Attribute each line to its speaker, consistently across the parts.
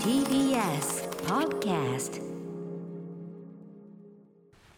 Speaker 1: TBS Podcast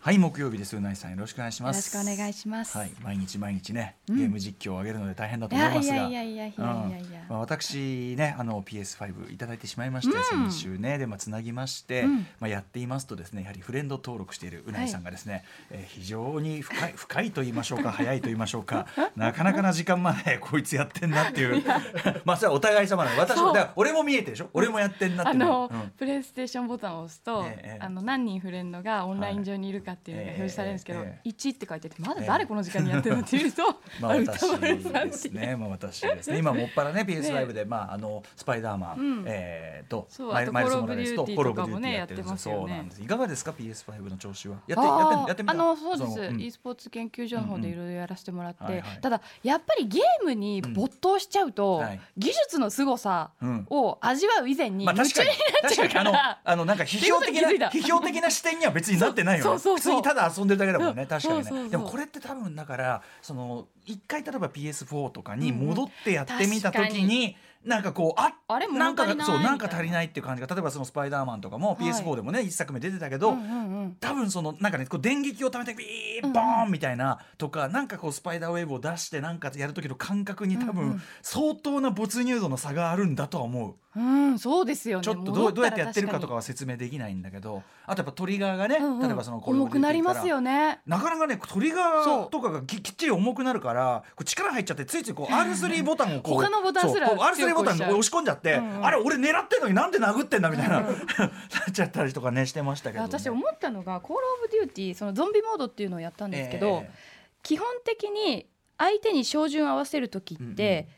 Speaker 2: はい木曜日ですうないさんよろしくお願いし
Speaker 3: よ
Speaker 2: ま
Speaker 3: ろ
Speaker 2: す
Speaker 3: しくお願いします。
Speaker 2: はいい、毎日毎日ね、
Speaker 3: ん
Speaker 2: ゲーム実況を上げるので大変だと思い
Speaker 3: や
Speaker 2: ま
Speaker 3: い
Speaker 2: すが
Speaker 3: やいやいやいやい
Speaker 2: うん
Speaker 3: やい
Speaker 2: ま
Speaker 3: や。
Speaker 2: あ、私ねあの PS5 いただいてしまいまして、
Speaker 3: うん
Speaker 2: 先週ねでまあつなぎまして、
Speaker 3: うん
Speaker 2: まあ、やっていますとですねやはりフレンド登録しているうないさんがですね、えー非常に深い深いと言いましょうか早いと言いましょうか なかなかな時間まで こいつやってんなっていう まあそれはお互い様なの私も
Speaker 3: そう
Speaker 2: だから俺も見えてるでしょ俺もやってんなっ
Speaker 3: あ
Speaker 2: ていう
Speaker 3: の、
Speaker 2: うん
Speaker 3: プレイステーションボタンを押すと、
Speaker 2: ええ
Speaker 3: あの何人フレンドがオンライン上にいるかっていうのが
Speaker 2: はい
Speaker 3: 表示されるんですけど、
Speaker 2: ええええ
Speaker 3: 1って書いてあってまだ
Speaker 2: ええ
Speaker 3: 誰この時間にやってるのっていうと、
Speaker 2: まあ、
Speaker 3: 歌
Speaker 2: 私
Speaker 3: 丸さんって
Speaker 2: ですね、まあ、私ですね、今もっぱらね、PS5 で、まあ、あの、スパイダーマン、
Speaker 3: うん
Speaker 2: えーと、
Speaker 3: そう
Speaker 2: マイ
Speaker 3: あと
Speaker 2: マイルス・モラレスと、
Speaker 3: コールオブデューテ
Speaker 2: コールオブ
Speaker 3: ィーとかも
Speaker 2: デューティー
Speaker 3: ね
Speaker 2: やってるん
Speaker 3: やってま
Speaker 2: です
Speaker 3: す
Speaker 2: よ
Speaker 3: よね
Speaker 2: そうなんです。いかがですか、PS5 の調子は。やって、やって
Speaker 3: あ
Speaker 2: み、やってみた
Speaker 3: ーあのそうです、
Speaker 2: のうん
Speaker 3: e スポーツ研究所の方でいろいろやらせてもらって、
Speaker 2: うんうんはいはい
Speaker 3: ただやっぱりゲームに没頭しちゃうと、
Speaker 2: うんはい
Speaker 3: 技術の凄さ
Speaker 2: うん
Speaker 3: を味わう以前に
Speaker 2: まあ、
Speaker 3: 夢
Speaker 2: 確
Speaker 3: 中
Speaker 2: か
Speaker 3: に
Speaker 2: に、確かに、あの、
Speaker 3: から
Speaker 2: あの、なんか批評的
Speaker 3: っていうことに気づい
Speaker 2: な、
Speaker 3: た
Speaker 2: 批評的な視点には別になってないよね。
Speaker 3: そうそうそうそう
Speaker 2: 普通にただ遊んでるだけだもんね、確かに
Speaker 3: そうそうそ
Speaker 2: ね。
Speaker 3: う
Speaker 2: でも、これって多分、だから、その、一回例えば PS4 とかに戻ってやってみたとき
Speaker 3: うんうん確か
Speaker 2: に、なんかこう、あ
Speaker 3: あれ物
Speaker 2: なん
Speaker 3: 足
Speaker 2: か
Speaker 3: りない
Speaker 2: そうなん
Speaker 3: みた
Speaker 2: か
Speaker 3: いな
Speaker 2: 足りないっていう感じが例えばその「スパイダーマン」とかも
Speaker 3: はい
Speaker 2: PS4 でもね、一作目出てたけど、
Speaker 3: うんうんうん
Speaker 2: 多分そのなんかねこう電撃をためてビーンボーンみたいなとか、なんかこうスパイダーウェーブを出してなんかやる時の感覚に多
Speaker 3: うんう
Speaker 2: 分
Speaker 3: ん
Speaker 2: 相当な没入度の差があるんだとは思う、
Speaker 3: うん、そうですよね。
Speaker 2: ちょっとどうどうやってやってるかとか
Speaker 3: は、
Speaker 2: は説明できないんだけどあとやっぱトリガーがね、
Speaker 3: うんうん
Speaker 2: 例えばそのこれ
Speaker 3: 重くなりますよね。
Speaker 2: なかなかねトリガ
Speaker 3: そ
Speaker 2: ー
Speaker 3: う
Speaker 2: とかがききっちり重くなるからこう力入っちゃってついついこう R3 ボタンをこう
Speaker 3: 他のボタンすら
Speaker 2: そうこう R3
Speaker 3: 強
Speaker 2: ボ
Speaker 3: く
Speaker 2: タ
Speaker 3: 押
Speaker 2: ン
Speaker 3: しちゃう
Speaker 2: 押し込んじゃって、
Speaker 3: うんうん
Speaker 2: あれ俺狙ってんのになんで殴ってんだみたいな、なっちゃったりとかねしてましたけど、ね、
Speaker 3: 私思ったのが「コール・オブ・デューティー」そのゾンビモードっていうのをやったんですけど、
Speaker 2: え
Speaker 3: 基本的に相手に照準を合わせる時って、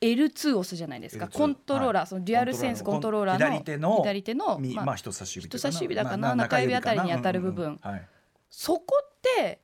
Speaker 3: L2 を押すじゃないですか
Speaker 2: L2
Speaker 3: コントローラー、そのデュアルセンスコントローラーの
Speaker 2: 左手の
Speaker 3: 左手の
Speaker 2: えみ
Speaker 3: まあ
Speaker 2: まあ人差し指というかな
Speaker 3: 人差し指だかな
Speaker 2: まあ
Speaker 3: 中指あたりに当たる部分
Speaker 2: うんうんうんはい
Speaker 3: そこって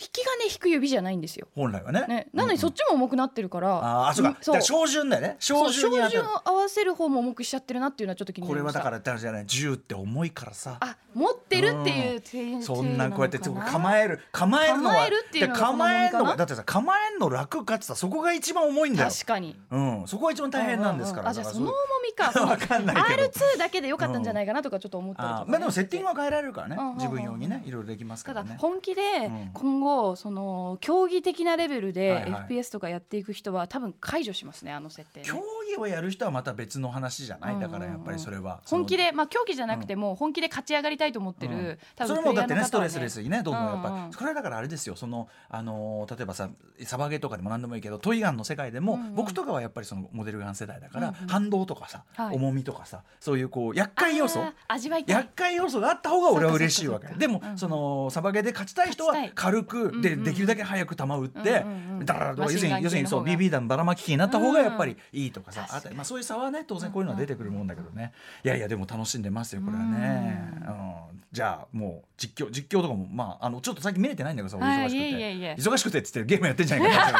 Speaker 3: 引き金引く指じゃないんですよ。
Speaker 2: 本来はね
Speaker 3: ね、なのにそっ
Speaker 2: ち
Speaker 3: ちも重くなってるから、
Speaker 2: ああそうかだ
Speaker 3: そ
Speaker 2: か
Speaker 3: う
Speaker 2: ら照準だよね
Speaker 3: そ
Speaker 2: 照
Speaker 3: う
Speaker 2: 準に当
Speaker 3: 照
Speaker 2: たる
Speaker 3: 準を合わせる方も重くしちゃってるなっていうのはちょっと気に
Speaker 2: こ
Speaker 3: な
Speaker 2: れ
Speaker 3: りま
Speaker 2: は
Speaker 3: した
Speaker 2: だからだからじゃない銃って重いからさ
Speaker 3: あ持ってるっていうっていう
Speaker 2: そんなこうやって
Speaker 3: のかな
Speaker 2: 構える構えるのは
Speaker 3: 構えるっていうのが
Speaker 2: 構えるの
Speaker 3: この
Speaker 2: が
Speaker 3: 問題かな
Speaker 2: だってさ構えるの楽かってさそこが一番重いんだよ
Speaker 3: 確かに
Speaker 2: うんそこが一番大変なんですから
Speaker 3: あじゃあ
Speaker 2: だ
Speaker 3: そ
Speaker 2: から
Speaker 3: の重みか
Speaker 2: そう わかんないけど
Speaker 3: R2 だけで良かったんじゃないかなとかちょっと思ったりと
Speaker 2: あ
Speaker 3: か、
Speaker 2: ーまあでもセッティングは変えられるからね
Speaker 3: うんうんうん
Speaker 2: 自分用にねいろいろできますか
Speaker 3: た
Speaker 2: ら
Speaker 3: だ
Speaker 2: ね
Speaker 3: 本気で
Speaker 2: うん
Speaker 3: 今後その競技的なレベル
Speaker 2: は
Speaker 3: で
Speaker 2: いはい
Speaker 3: FPS とかやっていく人は多分解除しますねあの設定ね
Speaker 2: 競技をやる人はまた別の話じゃないだからやっぱりそれは
Speaker 3: 本気でまあ競技じゃなくても本気で勝ち上がりたいと思ってる、
Speaker 2: うん
Speaker 3: 多
Speaker 2: そ
Speaker 3: 分
Speaker 2: れもだってねストレスレスにねどんどんやっぱり、
Speaker 3: うんうん
Speaker 2: それはだからあれですよその、あのー例えばさサバゲーとかでも何でもいいけどトイガンの世界でも、
Speaker 3: うんうん
Speaker 2: 僕とかはやっぱりそのモデルガン世代だから、
Speaker 3: うんうん
Speaker 2: 反動とかさ、
Speaker 3: はい
Speaker 2: 重みとかさそういうこう厄介要素
Speaker 3: あー味わいたい
Speaker 2: 厄介要素があった方が俺は嬉しいわけ
Speaker 3: そうかそうかそう
Speaker 2: でも、
Speaker 3: かうんうん
Speaker 2: そのサバゲーで勝ちたい人は
Speaker 3: 勝ちたい
Speaker 2: 軽くで,、
Speaker 3: うんうん
Speaker 2: できるだけ早く球を打って、
Speaker 3: うんうんうん
Speaker 2: だから要
Speaker 3: マ
Speaker 2: す
Speaker 3: シ
Speaker 2: る
Speaker 3: ンガ
Speaker 2: に
Speaker 3: ン
Speaker 2: 要するにそう
Speaker 3: 系の方が
Speaker 2: BB 弾ばらまき機になった方が
Speaker 3: うん
Speaker 2: やっぱりいいとかさ、
Speaker 3: 確かに
Speaker 2: あたりまあ、そういう差はね当然こういうのは出てくるもんだけどね、いやいやでも楽しんでますよこれはね、
Speaker 3: う
Speaker 2: うんじゃあもう実況実況とかもまああのちょっと最近見れてないんだけどさ俺忙しくて。
Speaker 3: はいいえいえいえ
Speaker 2: 忙しくてっつってゲームやってんじゃないか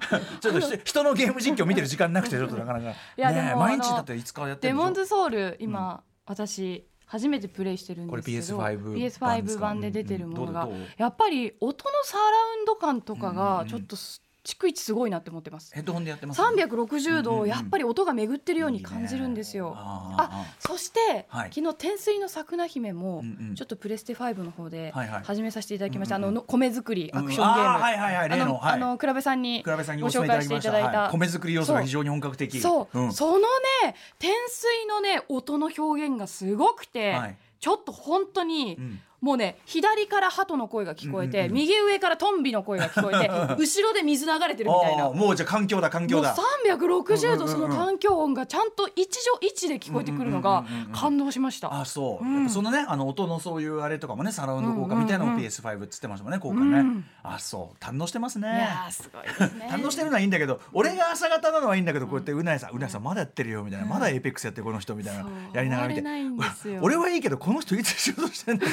Speaker 2: なちょっとひ人のゲーム実況見てる時間なくてちょっとなかなか、ね
Speaker 3: いやでも
Speaker 2: え
Speaker 3: あの
Speaker 2: 毎日だっていつからやって
Speaker 3: デ
Speaker 2: る
Speaker 3: モ
Speaker 2: ん
Speaker 3: ン
Speaker 2: でしょ
Speaker 3: ズソウル今、私初めてプレイしてるんですけど
Speaker 2: これ PS5 版です
Speaker 3: PS5
Speaker 2: か
Speaker 3: 版で出てるものが、
Speaker 2: うんうんどうだどう
Speaker 3: やっぱり音のサラウンド感とか
Speaker 2: うんうんう
Speaker 3: が
Speaker 2: ん
Speaker 3: ちょっとす逐一すごいなって思ってます
Speaker 2: ヘッドホンでやってます
Speaker 3: 360
Speaker 2: うんうんう
Speaker 3: 度
Speaker 2: ん
Speaker 3: やっぱり音が巡ってるように感じるんですよ
Speaker 2: あ
Speaker 3: そして、
Speaker 2: はい
Speaker 3: 昨日天水の桜姫も、
Speaker 2: うんうん
Speaker 3: ちょっとプレステ5の方で
Speaker 2: はいはい
Speaker 3: 始めさせていただきました、
Speaker 2: うんうん
Speaker 3: あのの米作りアクションゲーム、
Speaker 2: あーはいはいはい例
Speaker 3: あ
Speaker 2: の
Speaker 3: の,、
Speaker 2: はい
Speaker 3: あの倉部さんに
Speaker 2: 倉部さんに
Speaker 3: ご
Speaker 2: ご紹
Speaker 3: 紹
Speaker 2: 介
Speaker 3: 介
Speaker 2: し
Speaker 3: してて
Speaker 2: い
Speaker 3: い
Speaker 2: た
Speaker 3: た
Speaker 2: だ
Speaker 3: だ
Speaker 2: い
Speaker 3: い
Speaker 2: た
Speaker 3: た
Speaker 2: 米作り要素が非常に本格的
Speaker 3: そう、
Speaker 2: ん
Speaker 3: そのね天水のね音の表現がすごくて、
Speaker 2: はい
Speaker 3: ちょっと本当に、
Speaker 2: うん
Speaker 3: もうね左から鳩の声が聞こえて、
Speaker 2: うんうんうん
Speaker 3: 右上からトンビの声が聞こ えて後ろで水流れてるみたいな
Speaker 2: あーもうじゃあ環境だ環境だ
Speaker 3: もう360
Speaker 2: うんうんうんう
Speaker 3: 度
Speaker 2: ん
Speaker 3: その環境音がちゃんと一助一致で聞こえてくるの
Speaker 2: うん
Speaker 3: が
Speaker 2: うんうんうんうん
Speaker 3: 感動しました。
Speaker 2: あそう、
Speaker 3: うん
Speaker 2: やっぱそのねあの音のそういうあれとかもねサラウンド効果みたいなの
Speaker 3: うん
Speaker 2: も
Speaker 3: うんうん
Speaker 2: PS5 っつってましたもんね効果ね、
Speaker 3: うん
Speaker 2: あそう堪能してます
Speaker 3: い
Speaker 2: ね。
Speaker 3: やーすごいですね
Speaker 2: 堪能してるのはいいんだけど俺が朝方なのはいいんだけどこうやってうなえさんうなえさんまだやってるよみたいな、まだエイペックスやってるこの人みたいな
Speaker 3: そう
Speaker 2: やりながら見て
Speaker 3: 終われないんですよ
Speaker 2: 俺はいいけどこの人いつ仕事してんだ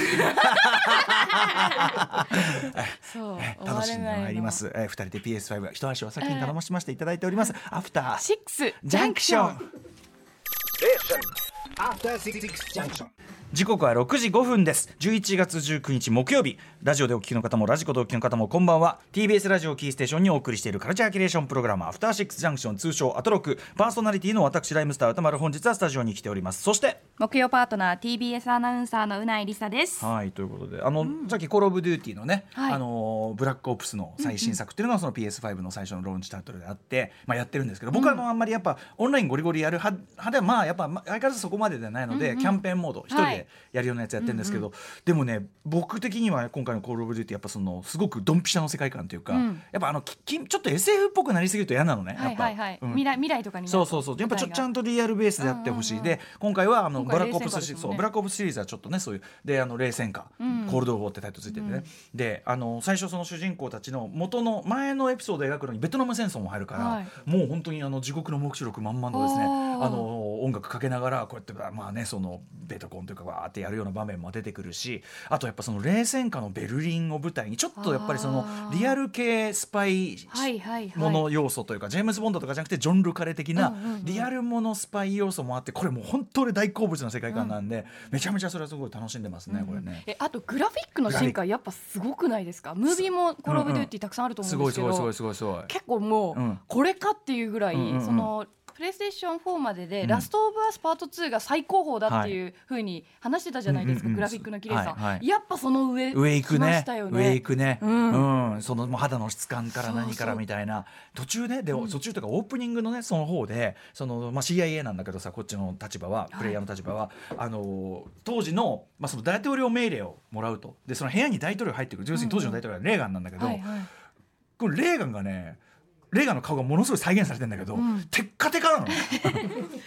Speaker 3: そう
Speaker 2: 楽しんでまいりま。す。えー、二人で PS5 一足お先に楽しませていただいております。アフター
Speaker 3: シックス
Speaker 2: ジャンクション。
Speaker 4: After Six Junction.
Speaker 2: 時刻は6時5分です11月19日木曜日ラジオでお聞きの方もラジコでお聞きの方もこんばんは TBS ラジオキーステーションにお送りしているカルチャーキュレーションプログラムアフターシックスジャンクション通称アトロクパーソナリティの私ライムスター歌丸本日はスタジオに来ておりますそして
Speaker 3: 木曜パートナー TBS アナウンサーのうないりさです。
Speaker 2: はいということであの、さっき「コール・オブ・デューティー」のね、
Speaker 3: はい
Speaker 2: あのブラック・オプスの最新作っていうのはその PS5 の最初のローンチタイトルであって、まあ、やってるんですけど僕はあのあんまりやっぱオンラインゴリゴリやる派派ではまあやっぱまあ相変わらずそこまでではないので、キャンペーンモード一人
Speaker 3: はい
Speaker 2: でやるようなやつやってるんですけど、でもね僕的には今回の「コール・オブ・デューティー」やっぱそのすごくドンピシャの世界観というか、
Speaker 3: うん
Speaker 2: やっぱあのききちょっと SF っぽくなりすぎると嫌なのね。や
Speaker 3: は
Speaker 2: っ
Speaker 3: い
Speaker 2: ぱ
Speaker 3: はいはい。
Speaker 2: うん
Speaker 3: 未来未来とかになる
Speaker 2: そうそうそうやっぱちょ
Speaker 3: 舞台が
Speaker 2: ちゃんとリアルベースでやってほしい、
Speaker 3: うんうんうん
Speaker 2: で今回はあのブ
Speaker 3: 今回
Speaker 2: ラックオプスシリーズそ
Speaker 3: 冷戦下ですもん
Speaker 2: う
Speaker 3: ね
Speaker 2: ブラックオプスシリーズはちょっとねそういうであの冷戦下、
Speaker 3: うん
Speaker 2: コールドウォーってタイトルついててね、
Speaker 3: うん
Speaker 2: であの最初その主人公たちの元の前のエピソードを描くのにベトナム戦争も入るから、
Speaker 3: はい
Speaker 2: もう本当にあの地獄の黙示録満々のですね
Speaker 3: おー
Speaker 2: あの音楽かけながらこうやってまあねそのベトコンというかわーってやるような場面も出てくるしあとやっぱその冷戦下のベルリンを舞台にちょっとやっぱりその
Speaker 3: あー
Speaker 2: リアル系スパイ
Speaker 3: はいはいはい。
Speaker 2: もの要素というか、ジェームズ・ボンドとかじゃなくてジョン・ルカレ的
Speaker 3: う
Speaker 2: なん
Speaker 3: うんうん
Speaker 2: リアルものスパイ要素もあってこれもう本当に大好物の世界観なんで、めちゃめちゃそれはすごい楽しんでますね、これね。
Speaker 3: えあとグラフィックの進化やっぱすごくないですかムービーも「コール・オブ・デューティー」たくさんあると思
Speaker 2: す
Speaker 3: うん
Speaker 2: ご
Speaker 3: で
Speaker 2: い
Speaker 3: す
Speaker 2: す
Speaker 3: け
Speaker 2: ごいすご
Speaker 3: ど
Speaker 2: いすごいすごい。
Speaker 3: 結構も
Speaker 2: うん
Speaker 3: うこれかっていうぐらい、
Speaker 2: うんうんうん
Speaker 3: そのプレイステーション4までで
Speaker 2: う
Speaker 3: 「
Speaker 2: ん
Speaker 3: ラスト・オブ・アス・パート2」が最高峰だっていうふうに話してたじゃないですか、
Speaker 2: うんうんうん
Speaker 3: グラフィックの綺麗さ、
Speaker 2: はいはい
Speaker 3: やっぱその上
Speaker 2: 上行く
Speaker 3: 来ま
Speaker 2: ね
Speaker 3: したよ
Speaker 2: 上行くね、う
Speaker 3: うんん
Speaker 2: そのもう肌の質感から何からみたいな途中ねで、途中とかオープニングのねその方でその、まあ、CIA なんだけどさこっちの立場はプレイヤーの立場は、あの当時の,、まあその大統領命令をもらうとでその部屋に大統領入ってくる要するに当時の大統領はレーガンなんだけど、
Speaker 3: はいはい
Speaker 2: これレーガンがねレーガンの顔がものすごい再現されてんだけど、
Speaker 3: うん
Speaker 2: テッカテカな のね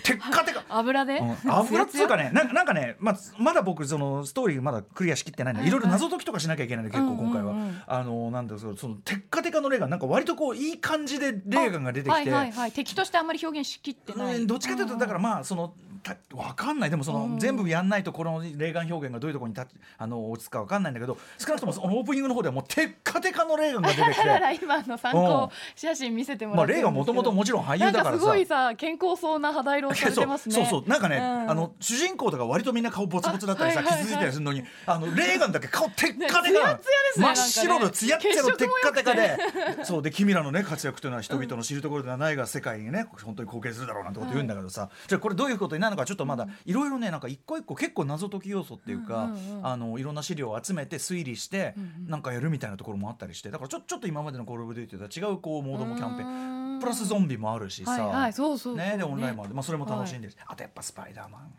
Speaker 2: テッカテカ
Speaker 3: 油で、
Speaker 2: うん、油っつうかねなんかなんかね、まあ、まだ僕そのストーリーまだクリアしきってないんで、
Speaker 3: はいい
Speaker 2: ろいろ謎解きとかしなきゃいけないんで結構今回は、
Speaker 3: うんうんうん
Speaker 2: あのなんだろうそのテッカテカのレーガンなんか割とこういい感じでレーガンが出てきて、
Speaker 3: はいはいはい、敵としてあんまり表現しきってない、
Speaker 2: うんどっちかというとだからまあそのたわかんないでもその、
Speaker 3: うん
Speaker 2: 全部やんないとこの霊眼表現がどういうところにたあの落ち着くかわかんないんだけど少なくともそのオープニングの方ではもうテッカテカの霊眼が出てき
Speaker 3: あら
Speaker 2: て。
Speaker 3: ら今の参
Speaker 2: うん
Speaker 3: 考写真見せても
Speaker 2: ま
Speaker 3: ら
Speaker 2: あ、
Speaker 3: ってる
Speaker 2: レ
Speaker 3: ん
Speaker 2: イ
Speaker 3: で
Speaker 2: が
Speaker 3: すけ
Speaker 2: もとも
Speaker 3: ど
Speaker 2: ともちろん俳優だからさ
Speaker 3: なんかすごいさ健康そうな肌色をされてます ね
Speaker 2: そうそうそうなんかね、
Speaker 3: うん
Speaker 2: あの主人公とか割とみんな顔ボツボツだったりさ、
Speaker 3: あはいはいはい
Speaker 2: 傷ついたりするのにあのレーガンだけ顔テッカテカなの、
Speaker 3: ねツヤツヤですね
Speaker 2: 真っ白
Speaker 3: なんか
Speaker 2: の
Speaker 3: ね
Speaker 2: ツヤツヤのテッカテカでそうで君らのね活躍というのは人々の知るところではないが世界にね本当に貢献するだろうなんてこと言うんだけどさ、じゃあこれどういうことになるのかちょっとまだいろいろねなんか一個一個結構謎解き要素っていうか、
Speaker 3: うんうんうん
Speaker 2: あのいろんな資料を集めて推理して
Speaker 3: うんうん
Speaker 2: なんかやるみたいなところもあったりしてだからちょちょっと今までの「コール・オブ・デューティー」とは違うこうモードもキャンペーン
Speaker 3: ーン
Speaker 2: プラスゾンビもあるしさ、
Speaker 3: はいはいそうそうそう
Speaker 2: ね、でオンライン
Speaker 3: ね
Speaker 2: もある、まあ、それも楽しんでるし、あとやっぱ「スパイダーマン」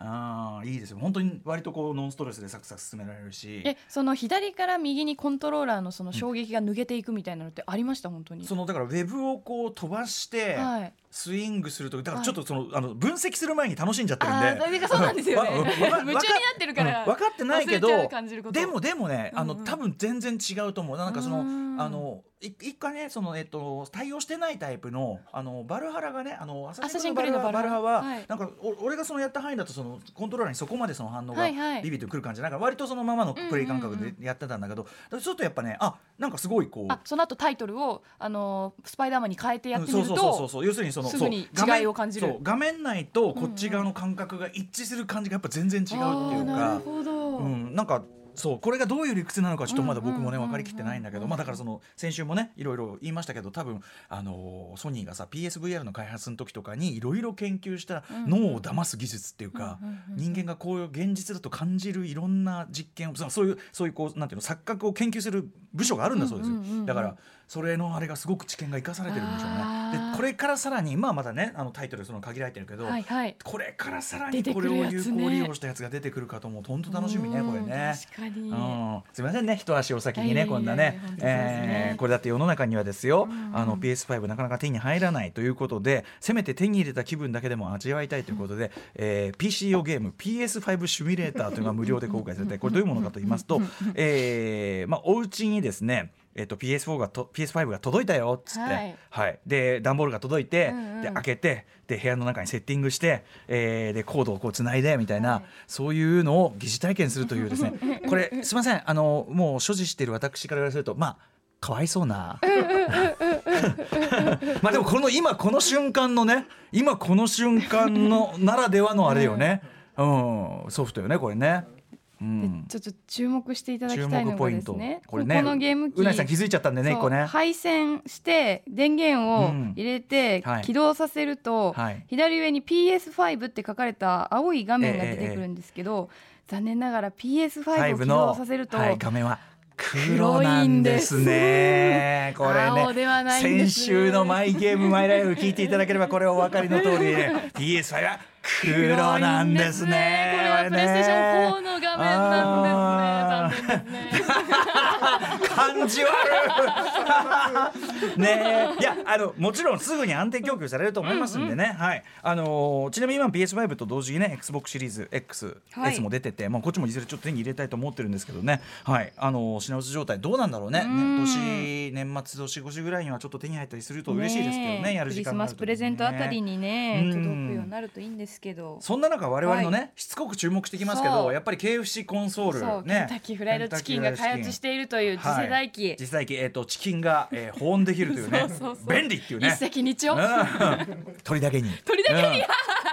Speaker 2: あーいいですよ本当に割とこうノンストレスでサクサク進められるし
Speaker 3: えその左から右にコントローラーのその衝撃が抜けていくみたいなのってありました本当に
Speaker 2: そのだからウェブをこう飛ばして、
Speaker 3: はい
Speaker 2: スイングするとだからちょっとその,、あの分析する前に楽しんじゃってるんで
Speaker 3: あーだからそうなんですよね
Speaker 2: わわわ
Speaker 3: 夢中になってるから
Speaker 2: 分かってないけど
Speaker 3: 忘れちゃう感じること
Speaker 2: でもでもねあの、
Speaker 3: うんうん
Speaker 2: 多分全然違うと思うなんかその
Speaker 3: うん
Speaker 2: あのい一回ねその、えっと、対応してないタイプのあのバルハラがねあのアサシンクリードのバルハバ
Speaker 3: アサ
Speaker 2: ル
Speaker 3: シンクリードのバ
Speaker 2: ハは、
Speaker 3: ルハはい
Speaker 2: なんかお俺がそのやった範囲だとそのコントローラーにそこまでその反応が
Speaker 3: はいはい
Speaker 2: ビビッとくる感じじゃないから、割とそのままのプレイ感覚
Speaker 3: うんうん
Speaker 2: でやってたんだけど、ちょっとやっぱねあなんかすごいこう
Speaker 3: あその後タイトルをあのスパイダーマンに変えてやってみる
Speaker 2: うんそうそうそう
Speaker 3: と
Speaker 2: そう要するにその
Speaker 3: すぐに
Speaker 2: そう画面
Speaker 3: 違いを感じる
Speaker 2: そう画面内とこっち側の感覚が一致する感じがやっぱ全然違うっていう
Speaker 3: あーな
Speaker 2: か
Speaker 3: る、ほど、
Speaker 2: うん、なんかそうこれがどういう理屈なのかちょっとまだ僕もね
Speaker 3: うんうんうんうん
Speaker 2: 分かりきってないんだけどまあだからその先週もねいろいろ言いましたけど多分あのーソニーがさ PSVR の開発の時とかにいろいろ研究した
Speaker 3: うん
Speaker 2: 脳を騙す技術っていうか
Speaker 3: うんうんうんう
Speaker 2: 人
Speaker 3: ん
Speaker 2: 間がこういう現実だと感じるいろんな実験をそうそういうそういうこうなんていうの錯覚を研究する部署があるんだそうですよ
Speaker 3: うんうんうんうん
Speaker 2: だからそれのあれがすごく知見が生かされてるんでしょう
Speaker 3: あ
Speaker 2: ね。
Speaker 3: ー
Speaker 2: でこれからさらにまあまだねあのタイトルその限られてるけど
Speaker 3: はいはい
Speaker 2: これからさらに
Speaker 3: 出て
Speaker 2: こ
Speaker 3: く
Speaker 2: れ
Speaker 3: る
Speaker 2: を
Speaker 3: や
Speaker 2: 有
Speaker 3: つね
Speaker 2: 効利用したやつが出てくるかと思うと本当楽しみねこれね。
Speaker 3: うん確かに、
Speaker 2: うん、すみませんね一足お先に
Speaker 3: い
Speaker 2: ね
Speaker 3: やいやいや
Speaker 2: こんなね
Speaker 3: 本当そうですね
Speaker 2: えーこれだって世の中にはですよ、
Speaker 3: うん
Speaker 2: あの PS5 なかなか手に入らないということでせめて手に入れた気分だけでも味わいたいということで、えー PC 用ゲーム PS5 シミュレーターというのが無料で公開されてこれどういうものかと言いますと、えーまあ、お家にですねえっと、PS4 がと PS5 が届いたよっつって、は
Speaker 3: はいい
Speaker 2: で段ボールが届いて、
Speaker 3: うんうん
Speaker 2: で開けてで部屋の中にセッティングして、えーでコードをこうつないでみたいな、
Speaker 3: はい
Speaker 2: そういうのを疑似体験するというです ねこれすいませんあのもう所持している私から言われるとまあかわいそうな まあ でもこの今この瞬間のね今この瞬間のならではのあれよね。うん、ソフトよねこれね。うん、
Speaker 3: ちょっと注目していただき
Speaker 2: 注
Speaker 3: たい
Speaker 2: 目
Speaker 3: の
Speaker 2: ポ
Speaker 3: が
Speaker 2: イ
Speaker 3: で
Speaker 2: ン
Speaker 3: す
Speaker 2: ト
Speaker 3: ね。
Speaker 2: これね
Speaker 3: このゲーム機
Speaker 2: うなぎさん気づいちゃったんでね一
Speaker 3: そう
Speaker 2: 個ね。
Speaker 3: 配線して電源を入れて
Speaker 2: うんはい
Speaker 3: 起動させると、
Speaker 2: はい
Speaker 3: 左上に PS5 って書かれた青い画面が出てくるんですけど、残念ながら PS5 を起動させると、
Speaker 2: はい、画面は黒なんですね。これね
Speaker 3: 青ではないんですね
Speaker 2: 先週のマイゲームマイライフ聞いていただければこれお分かりの通り ね PS5 は黒なんですね。
Speaker 3: これはプレイステーション4の画面なんですね。
Speaker 2: あ
Speaker 3: 残念ですね。
Speaker 2: 感じ悪い ねえいやあのもちろんすぐに安定供給されると思いますんでね、はいあのーちなみに今 PS5 と同時にね XBOX シリーズ X、
Speaker 3: はい
Speaker 2: S も出てて、まあ、こっちもいずれちょっと手に入れたいと思ってるんですけどねはいあのー品薄状態どうなんだろうねね年年末年越しぐらいにはちょっと手に入ったりすると嬉しいですけどねやる時間があると
Speaker 3: クリスマスプレゼントあたりにね
Speaker 2: うん
Speaker 3: 届くようになるといいんですけど。
Speaker 2: そんな中我々のね、しつこく注目してきますけど
Speaker 3: そう
Speaker 2: やっぱり KFC コンソール
Speaker 3: そう、ケ
Speaker 2: ね
Speaker 3: ンタッキーフライドチキンが開発しているという次
Speaker 2: はい
Speaker 3: 世代機、
Speaker 2: 次世代機、えー、とチキンが、えー、保温できるというね
Speaker 3: そうそうそう
Speaker 2: 便利っていう
Speaker 3: 一
Speaker 2: ね
Speaker 3: 石二鳥。
Speaker 2: うん鳥だけ に鳥だけに、うん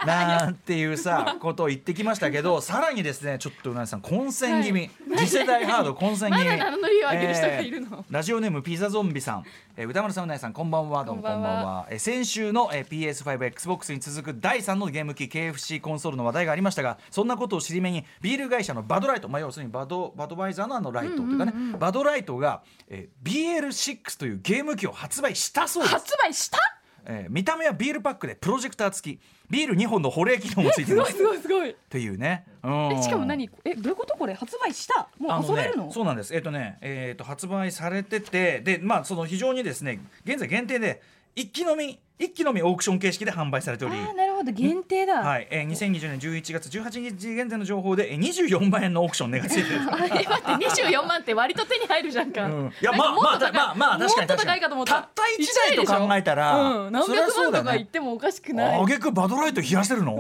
Speaker 2: なんていうさことを言ってきましたけ どさらにですねちょっとうなぎさん混戦気味、次世代ハード混戦気
Speaker 3: ま
Speaker 2: 味
Speaker 3: だ名乗りを上げる人がいるの。
Speaker 2: ラジオネームピザゾンビさん、えー歌丸さんうなぎさんこんばんはどうもこ
Speaker 3: こ
Speaker 2: ん
Speaker 3: んばん
Speaker 2: ば
Speaker 3: は
Speaker 2: んは、えー先週の、えー PS5XBOX に続く第3のゲーム機 KFC コンソールの話題がありましたがそんなことを尻目にビール会社のバドライト、まあ、要するにバドバドバイザーのあのライトというかね、バドライトが、えー BL6 というゲーム機を発売したそうです
Speaker 3: 発売した？
Speaker 2: えー見た目はビールパックでプロジェクター付きビール2本の保冷機能もついて
Speaker 3: す
Speaker 2: ま
Speaker 3: ご
Speaker 2: す
Speaker 3: いすごいすごい。
Speaker 2: というね、うん
Speaker 3: えしかも何？えどういうことこれ発売した？
Speaker 2: あ
Speaker 3: もう遊
Speaker 2: ね
Speaker 3: べるの？
Speaker 2: そうなんですえっ、とねえっ、と発売されててでまあその非常にですね現在限定で一機のみ一機のみオークション形式で販売されてお
Speaker 3: あ
Speaker 2: り
Speaker 3: ーなるほど限定だ。
Speaker 2: はい、えー、2020年11月18日現在の情報でえー24万円のオークション値がついてる
Speaker 3: あれ待って二十四万って割と手に入るじゃんか。
Speaker 2: いやまあまあまあまあまあ確かに
Speaker 3: もっ
Speaker 2: 確か
Speaker 3: と高
Speaker 2: に
Speaker 3: いかと思った
Speaker 2: たった1台と考えたら、
Speaker 3: うん、何
Speaker 2: そりゃ
Speaker 3: 百
Speaker 2: そう
Speaker 3: 万
Speaker 2: だ
Speaker 3: とか
Speaker 2: ね
Speaker 3: 言ってもおかしくない。
Speaker 2: あげくバドライト冷やしてる の、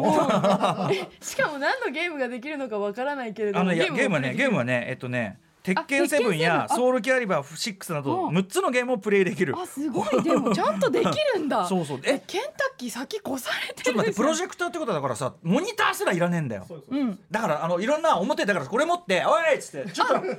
Speaker 3: しかも何のゲームができるのかわからないけれど
Speaker 2: あ
Speaker 3: も
Speaker 2: のいやゲームは
Speaker 3: も
Speaker 2: ねゲームはねえっとね鉄拳
Speaker 3: あ
Speaker 2: セ
Speaker 3: 鉄拳
Speaker 2: ブンや
Speaker 3: セブンあ
Speaker 2: ソウルキャリバー6など
Speaker 3: うん
Speaker 2: 6つのゲームをプレイできる
Speaker 3: あすごいでもちゃんとできるん だ
Speaker 2: そうそうえ
Speaker 3: ケンタッキー先越されてる
Speaker 2: ちょっと待ってプロジ
Speaker 3: ェ
Speaker 2: ェクターってことはだからさモニターすらいらねえんだよ
Speaker 3: クトうん
Speaker 2: だからあのいろんな表だからこれ持って「おい!」っつって「ちょっとおいビ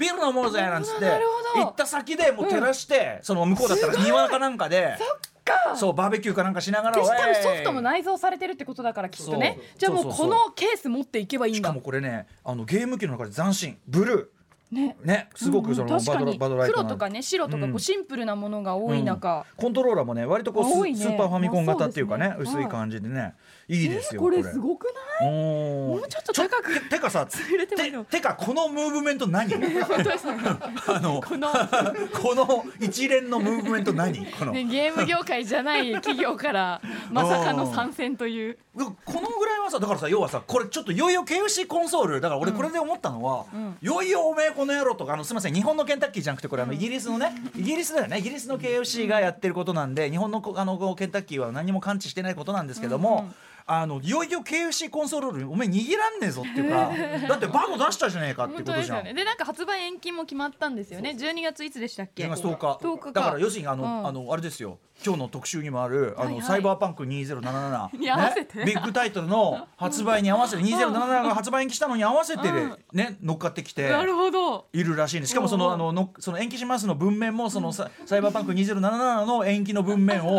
Speaker 2: ビール飲もうぜ」なんつって
Speaker 3: なるほど
Speaker 2: 行った先でもう照らしてその向こうだったら庭かなんかで
Speaker 3: か
Speaker 2: そうバーベキューかなんかしながら
Speaker 3: でしかも
Speaker 2: おい
Speaker 3: ソフトも内蔵されてるってことだからきっとね
Speaker 2: そう
Speaker 3: じゃあもう
Speaker 2: そうそ
Speaker 3: こ
Speaker 2: うそう
Speaker 3: のケース持っていけばいい
Speaker 2: し
Speaker 3: ん
Speaker 2: か
Speaker 3: だ
Speaker 2: もこれねあのゲーム機の中で斬新ブル
Speaker 3: ね
Speaker 2: ーねすごくその
Speaker 3: うんうん
Speaker 2: バドラバドラ
Speaker 3: 確かに
Speaker 2: イト
Speaker 3: 黒
Speaker 2: の
Speaker 3: とかね白とかこ
Speaker 2: うん
Speaker 3: うシンプルなものが多い中、
Speaker 2: コントローラーもね割とこうス,、
Speaker 3: 多いね
Speaker 2: スーパーファミコン型っていうかね、
Speaker 3: まあそうです
Speaker 2: 薄
Speaker 3: ね
Speaker 2: い感じでねいいですよ、
Speaker 3: これすごくない
Speaker 2: おー
Speaker 3: もうちょっと高く
Speaker 2: ちょてかさ
Speaker 3: 入れてもいいの
Speaker 2: ててかこのムーブメント何あのこの一連のムーブメント何この、
Speaker 3: ね、ゲーム業界じゃない企 業からまさかの参戦という
Speaker 2: このぐらいはさだからさ要はさこれちょっといよいよ KFC コンソールだから俺これで思ったのは、いよいよおめえこの野郎とかあのすみません日本のケンタッキーじゃなくてこれあのイギリスのねイギリスだよねイギリスの KFC がやってることなんで日本のこあのこうケンタッキーは何も感知してないことなんですけども。あのいよいよ KFC コンソールにおめえ握らんねえぞっていうか だってバゴ出したじゃねえかって
Speaker 3: 本
Speaker 2: こ
Speaker 3: 当
Speaker 2: と
Speaker 3: で
Speaker 2: じ
Speaker 3: す
Speaker 2: ゃ
Speaker 3: よ
Speaker 2: ん。
Speaker 3: ねでなんか発売延期も決まったんですよね12月いつでしたっけ
Speaker 2: 10月10日
Speaker 3: 10日か
Speaker 2: だから要するにあの、
Speaker 3: うん
Speaker 2: あのあれですよ今日の特集にもあるあの、
Speaker 3: はいはい
Speaker 2: サイバーパンク2077
Speaker 3: に合わせて
Speaker 2: ね、ビッグタイトルの発売に合わせて、2077が発売延期したのに合わせて、ね乗っかってきて
Speaker 3: なるほど
Speaker 2: いるらしいんですしかもその,、
Speaker 3: うん
Speaker 2: あののその延期しますの文面もそのササイバーパンク2077の延期の文面を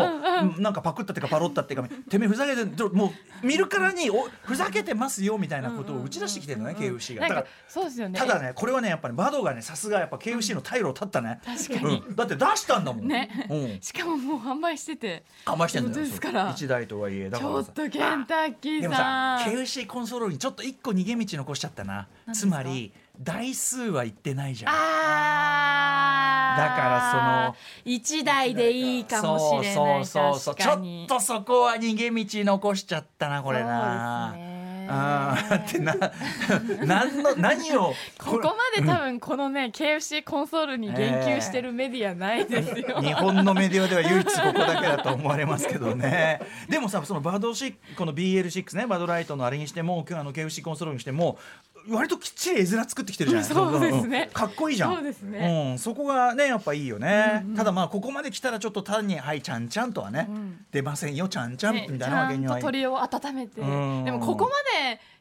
Speaker 2: なんかパクったっていうかパロったっていうかてめえふざけてちょもう見るからにおふざけてますよみたいなことを打ち出してきてるのね KFC が。
Speaker 3: なん
Speaker 2: だから
Speaker 3: かそうですよね
Speaker 2: ただねこれはねやっぱり窓がねさすがやっぱ KFC の退路を立ったね、
Speaker 3: 確かに
Speaker 2: うんだって出したんだもん
Speaker 3: ね
Speaker 2: うん
Speaker 3: しかももう販売してて
Speaker 2: 甘してんだよ
Speaker 3: 本当ですから
Speaker 2: 一台とはいえだ
Speaker 3: ち
Speaker 2: か
Speaker 3: ょ
Speaker 2: ら
Speaker 3: っ
Speaker 2: さ
Speaker 3: とケンタッキ
Speaker 2: で
Speaker 3: ー
Speaker 2: もさ
Speaker 3: さん
Speaker 2: KFC コンソールにちょっと一個逃げ道残しちゃったな
Speaker 3: です
Speaker 2: つ
Speaker 3: か
Speaker 2: まり台数はいってないじゃん
Speaker 3: あー
Speaker 2: だからその
Speaker 3: 一台でいいかもしれない
Speaker 2: そうそうそう
Speaker 3: 確
Speaker 2: ち
Speaker 3: か
Speaker 2: ょ
Speaker 3: に
Speaker 2: っとそこは逃げ道残しちゃったなこれな
Speaker 3: そうですね
Speaker 2: あーってな 何の何 を
Speaker 3: ここまで多分このね KFC コンソールに言及してるメディアないですよ、
Speaker 2: 日本のメディアでは唯一ここだけだと思われますけどねでもさそのバドシックこの BL6 ねバドライトのあれにしてもあの KFC コンソールにしても割ときっちり絵面作ってきてるじゃない
Speaker 3: そうですね
Speaker 2: かっこいいじゃん
Speaker 3: そうですね
Speaker 2: うん、そこがねやっぱいいよね、ただまあここまで来たらちょっと単に「はいちゃんちゃん」とはね、出ませんよちゃんちゃんみたいなわけ
Speaker 3: ね
Speaker 2: に
Speaker 3: ちゃ
Speaker 2: は
Speaker 3: ん
Speaker 2: い
Speaker 3: と鳥を温めて
Speaker 2: う
Speaker 3: で
Speaker 2: ん
Speaker 3: もここまで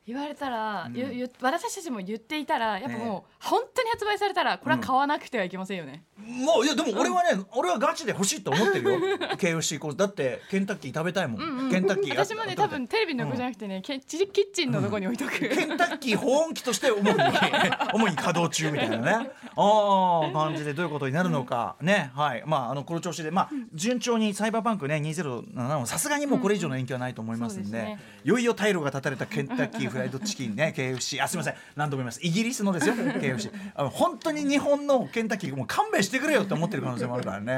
Speaker 3: 言われたら、
Speaker 2: うん
Speaker 3: ゆゆ私たちも言っていたらやっぱもう、
Speaker 2: ね
Speaker 3: 本当に発売されたらこれは買わなくてはいけませんよね、
Speaker 2: もういやでも俺はね、俺はガチで欲しいと思ってるよ KFC コースだってケンタッキー食べたいもん、
Speaker 3: うんうん
Speaker 2: ケンタッキーあ
Speaker 3: 私もね多分テレビの横じゃなくてね、けキッチンのとこに置いとく、
Speaker 2: ケンタッキー保温機として主 に主に稼働中みたいなねあー感じでどういうことになるのか、ねはいまああのこの調子でまあ順調にサイバーパンクね2077もさすがにもうこれ以上の延期はないと思いますんで,、
Speaker 3: うんそうですね
Speaker 2: いよいよ退路が断たれたケンタッキーフライドチキン ね KFC あすみません何度も言いますイギリスのですよ KFC あの本当に日本のケンタッキーもう勘弁してくれよって思ってる可能性もあるからね。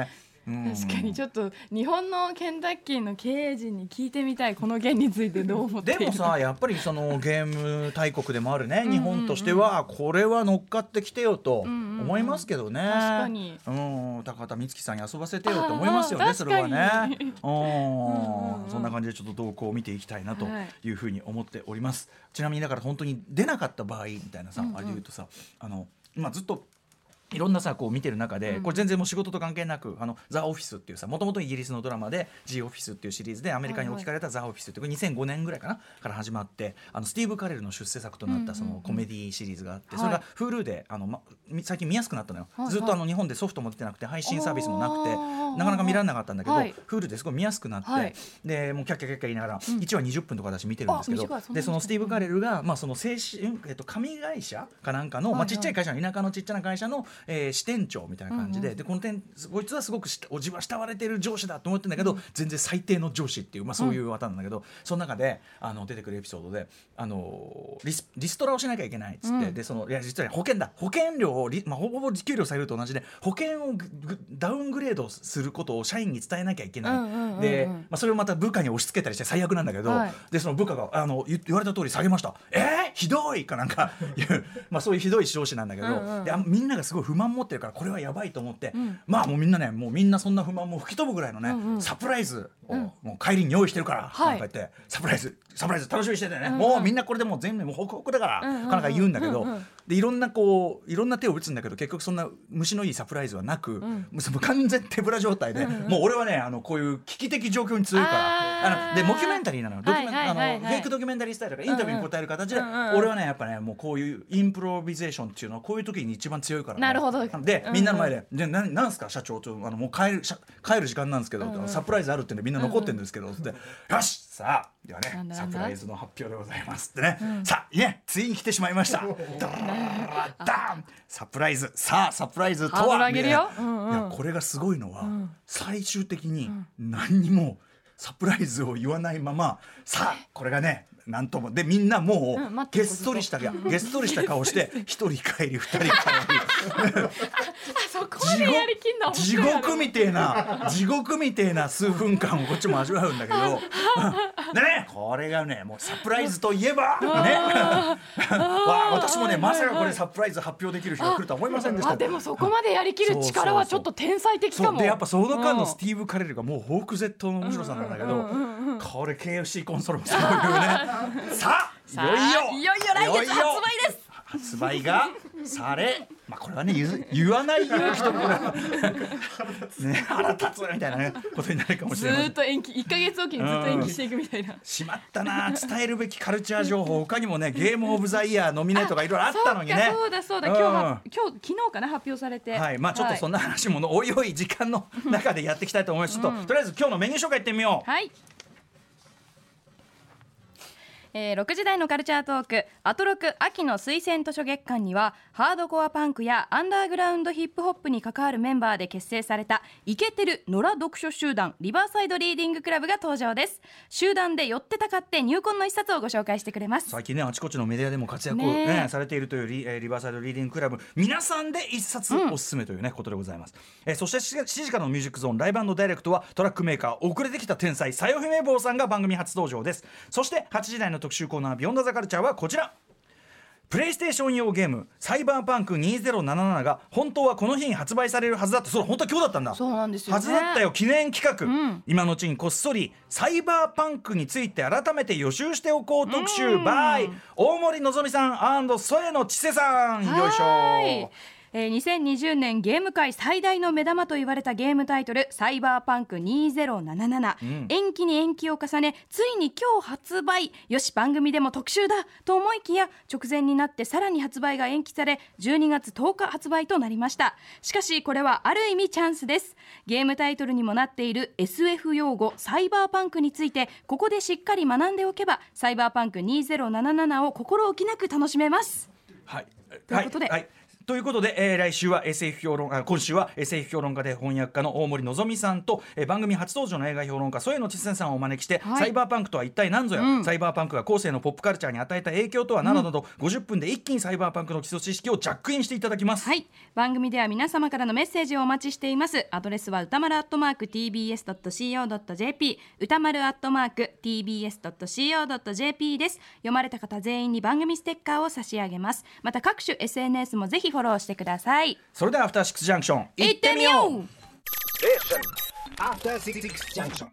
Speaker 2: うん
Speaker 3: 確かにちょっと日本のケンタッキーの経営陣に聞いてみたいこの件についてどう思ってい
Speaker 2: で
Speaker 3: る
Speaker 2: も さやっぱりそのゲーム大国でもあるね日本としてはこれは乗っかってきてよと思いますけどね、
Speaker 3: 確かに
Speaker 2: うん、高畑充希さんに遊ばせてよと思いますよ
Speaker 3: あ
Speaker 2: ね
Speaker 3: ー
Speaker 2: それは ね
Speaker 3: んうん
Speaker 2: う
Speaker 3: うんん
Speaker 2: そんな感じでちょっと動向を見ていきたいなと
Speaker 3: はい
Speaker 2: いうふうに思っております、ちなみにだから本当に出なかった場合みたいなさ、
Speaker 3: うんうん
Speaker 2: あれで言うとさあの今ずっといろんなさこう見てる中で、
Speaker 3: うん
Speaker 2: これ全然もう仕事と関係なく「あのザ・オフィス」っていうさもともとイギリスのドラマで「G オフィス」っていうシリーズでアメリカに置き換えた「ザ・オフィス」ってこれ2005年ぐらいかなから始まってあのスティーブ・カレルの出世作となったそ
Speaker 3: うんうん
Speaker 2: の
Speaker 3: うん
Speaker 2: コメディシリーズがあって、
Speaker 3: はい
Speaker 2: それが Hulu であの、ま、最近見やすくなったのよ、
Speaker 3: はいはい
Speaker 2: ずっとあの日本でソフトも出てなくて配信サービスもなくて
Speaker 3: あー
Speaker 2: なかなか見られなかったんだけど、
Speaker 3: はい
Speaker 2: Hulu ですごい見やすくなって、
Speaker 3: はい
Speaker 2: でもうキャッキャッキャッキャ言いながら
Speaker 3: ん
Speaker 2: 1話20分とか私見てるんですけど、
Speaker 3: あ短いそんな
Speaker 2: でその
Speaker 3: 短い
Speaker 2: スティーブ・カレルが、まあ、その精神、えっと、紙会社かなんかの、ま
Speaker 3: は
Speaker 2: あ、
Speaker 3: いはい
Speaker 2: ちっちゃい会社の田舎のちっちゃな会社の、えー支店長みたいな感じで,、
Speaker 3: うんう
Speaker 2: でこの点こいつはすごくしお自分は慕われてる上司だと思ってんだけど、全然最低の上司っていう、まあ、そういう技なんだけど、その中であの出てくるエピソードであのリスリストラをしなきゃいけないっつって、
Speaker 3: うん
Speaker 2: でそのいや実は保険だ保険料をリ、まあ、ほぼほぼ給料下げると同じで保険をぐぐダウングレードすることを社員に伝えなきゃいけない、
Speaker 3: うんうんうんうん
Speaker 2: で、まあ、それをまた部下に押し付けたりして最悪なんだけど、
Speaker 3: はい
Speaker 2: でその部下があの言言われた通り下げましたえー、ひどいかなん かいう、まあ、そういうひどい上司なんだけど、
Speaker 3: うんうん
Speaker 2: であみんながすごい不満持ってるからこれはやばいと思って、
Speaker 3: ん
Speaker 2: まあもうみんなねもうみんなそんな不満も吹き飛ぶぐらいのね、
Speaker 3: うんうん
Speaker 2: サプライズを、もう帰りに用意してるから、
Speaker 3: はい
Speaker 2: なんか言ってサプライズサプライズ楽しみにしててね、もうみんなこれでもう全部もうホクホクだから、
Speaker 3: うんうんうん
Speaker 2: かなんか言うんだけど、
Speaker 3: うんうん
Speaker 2: でいろんなこういろんな手を打つんだけど結局そんな虫のいいサプライズはなく、もうその完全手ぶら状態で、もう俺はねあのこういう危機的状況に強いから
Speaker 3: あー
Speaker 2: あのでモキュメンタリーなのよドキュメン
Speaker 3: はいはい
Speaker 2: あ
Speaker 3: はいはい
Speaker 2: のフェイクドキュメンタリースタイルだからインタビューに答える形で、
Speaker 3: うんうんうん
Speaker 2: 俺はねやっぱねもうこういうインプロビゼーションっていうのはこういう時に一番強いから、ね、
Speaker 3: なるほ
Speaker 2: で
Speaker 3: どうんうん
Speaker 2: みんなの前で「でななんすか社長ちょあのもう帰るしゃ帰る時間なんですけど、サプライズあるってねみんな残ってるんですけど」つって「よしさあでは
Speaker 3: なん
Speaker 2: ね
Speaker 3: だ
Speaker 2: サ
Speaker 3: なんだ
Speaker 2: プライズの発表でございます」ってね「さあいえついに来てしまいました」ダーンダーンサプライズさあサプライズと
Speaker 3: ハード
Speaker 2: は
Speaker 3: ル上げるよ
Speaker 2: みたいな
Speaker 3: うんうん
Speaker 2: いやこれがすごいのは、最終的に何にもサプライズを言わないままさあこれがねなんともでみんなも
Speaker 3: うん待
Speaker 2: う
Speaker 3: って
Speaker 2: げっそりしたげっそりした顔 して一人帰り二人帰り
Speaker 3: あそこま
Speaker 2: 地
Speaker 3: でやりきんの
Speaker 2: 獄地獄みてえな地獄みてえな数分間をこっちも味わうんだ けどうんでねこれがねもうサプライズといえばね わあ私もねまさかこれサプライズ発表できる日が来るとは思いませんでした
Speaker 3: あでもそこまでやりきる力はちょっと天才的か
Speaker 2: そう
Speaker 3: も
Speaker 2: でやっぱその間
Speaker 3: う
Speaker 2: の
Speaker 3: ん
Speaker 2: スティーブ・カレルがもうホーク絶倒の面白さなんだけどこれ KFC コンソールもそういう ねさ
Speaker 3: さあ
Speaker 2: あいよいよ
Speaker 3: いよいよ来月発売です
Speaker 2: 発売がされ、まあ、これはね言う言わない勇気とこれは ね腹立つみたいなねことになるかもし
Speaker 3: ず
Speaker 2: れませ
Speaker 3: ー
Speaker 2: ん
Speaker 3: っと延期1か月おきにずっと延期していくみたいな、
Speaker 2: しまったな伝えるべきカルチャー情報他にもねゲームオブザイヤーノミネートがいろいろあったのにね
Speaker 3: そうかそうだそうだ
Speaker 2: うん
Speaker 3: 今日は今日昨日かな発表されて
Speaker 2: はい、まあちょっとそん
Speaker 3: な
Speaker 2: な話ものおいおい時間の中でやっていきたいと思います。ちょっととりあえず今日のメニュー紹介いってみよう。
Speaker 3: はい、えー、6時台のカルチャートークアトロク秋の推薦図書月間にはハードコアパンクやアンダーグラウンドヒップホップに関わるメンバーで結成されたイケてる野良読書集団リバーサイドリーディングクラブが登場です集団で寄ってたかって入魂の一冊をご紹介してくれます
Speaker 2: 最近ねあちこちのメディアでも活躍を、
Speaker 3: ね
Speaker 2: ね
Speaker 3: え
Speaker 2: されているというリ,、えーリバーサイドリーディングクラブ皆さんで一冊おすすめという、ねことでございます、えーそして7時からのミュージックゾーンライブダイレクトはトラックメーカー遅れてきた天才さよひめ坊さんが番組初登場ですそして8時台の特集コーナー「ビヨンドザカルチャーはこちらプレイステーション用ゲーム「サイバーパンク2077」が本当はこの日に発売されるはずだってそれ本当は今日だったんだ
Speaker 3: そうなんですよね
Speaker 2: はずだったよ記念企画、今のうちにこっそりサイバーパンクについて改めて予習しておこう特集バイ大森のぞみさん添野千世さんよいし
Speaker 3: はーい
Speaker 2: ょ
Speaker 3: えー2020年ゲーム界最大の目玉と言われたゲームタイトル「サイバーパンク2077」
Speaker 2: ん
Speaker 3: 延期に延期を重ねついに今日発売よし番組でも特集だと思いきや直前になってさらに発売が延期され12月10日発売となりましたしかしこれはある意味チャンスですゲームタイトルにもなっている SF 用語サイバーパンクについてここでしっかり学んでおけばサイバーパンク2077を心置きなく楽しめます
Speaker 2: はい。
Speaker 3: ということで
Speaker 2: はいはいということで、えー来週は SF 評論あ今週は SF 評論家で翻訳家の大森のぞみさんと、えー番組初登場の映画評論家添野千千さんをお招きして、
Speaker 3: はい
Speaker 2: サイバーパンクとは一体何ぞや、サイバーパンクが後世のポップカルチャーに与えた影響とはなどなど、50分で一気にサイバーパンクの基礎知識をジャックインしていただきます。
Speaker 3: はい番組では皆様からのメッセージをお待ちしていますアドレスは歌丸アットマーク tbs.co.jp 歌丸アットマーク tbs.co.jp です読まれた方全員に番組ステッカーを差し上げますまた各種 SNS もぜひフォローしてください
Speaker 2: それではアフターシックスジャンクション
Speaker 3: 行ってみよう
Speaker 5: After Six Junction.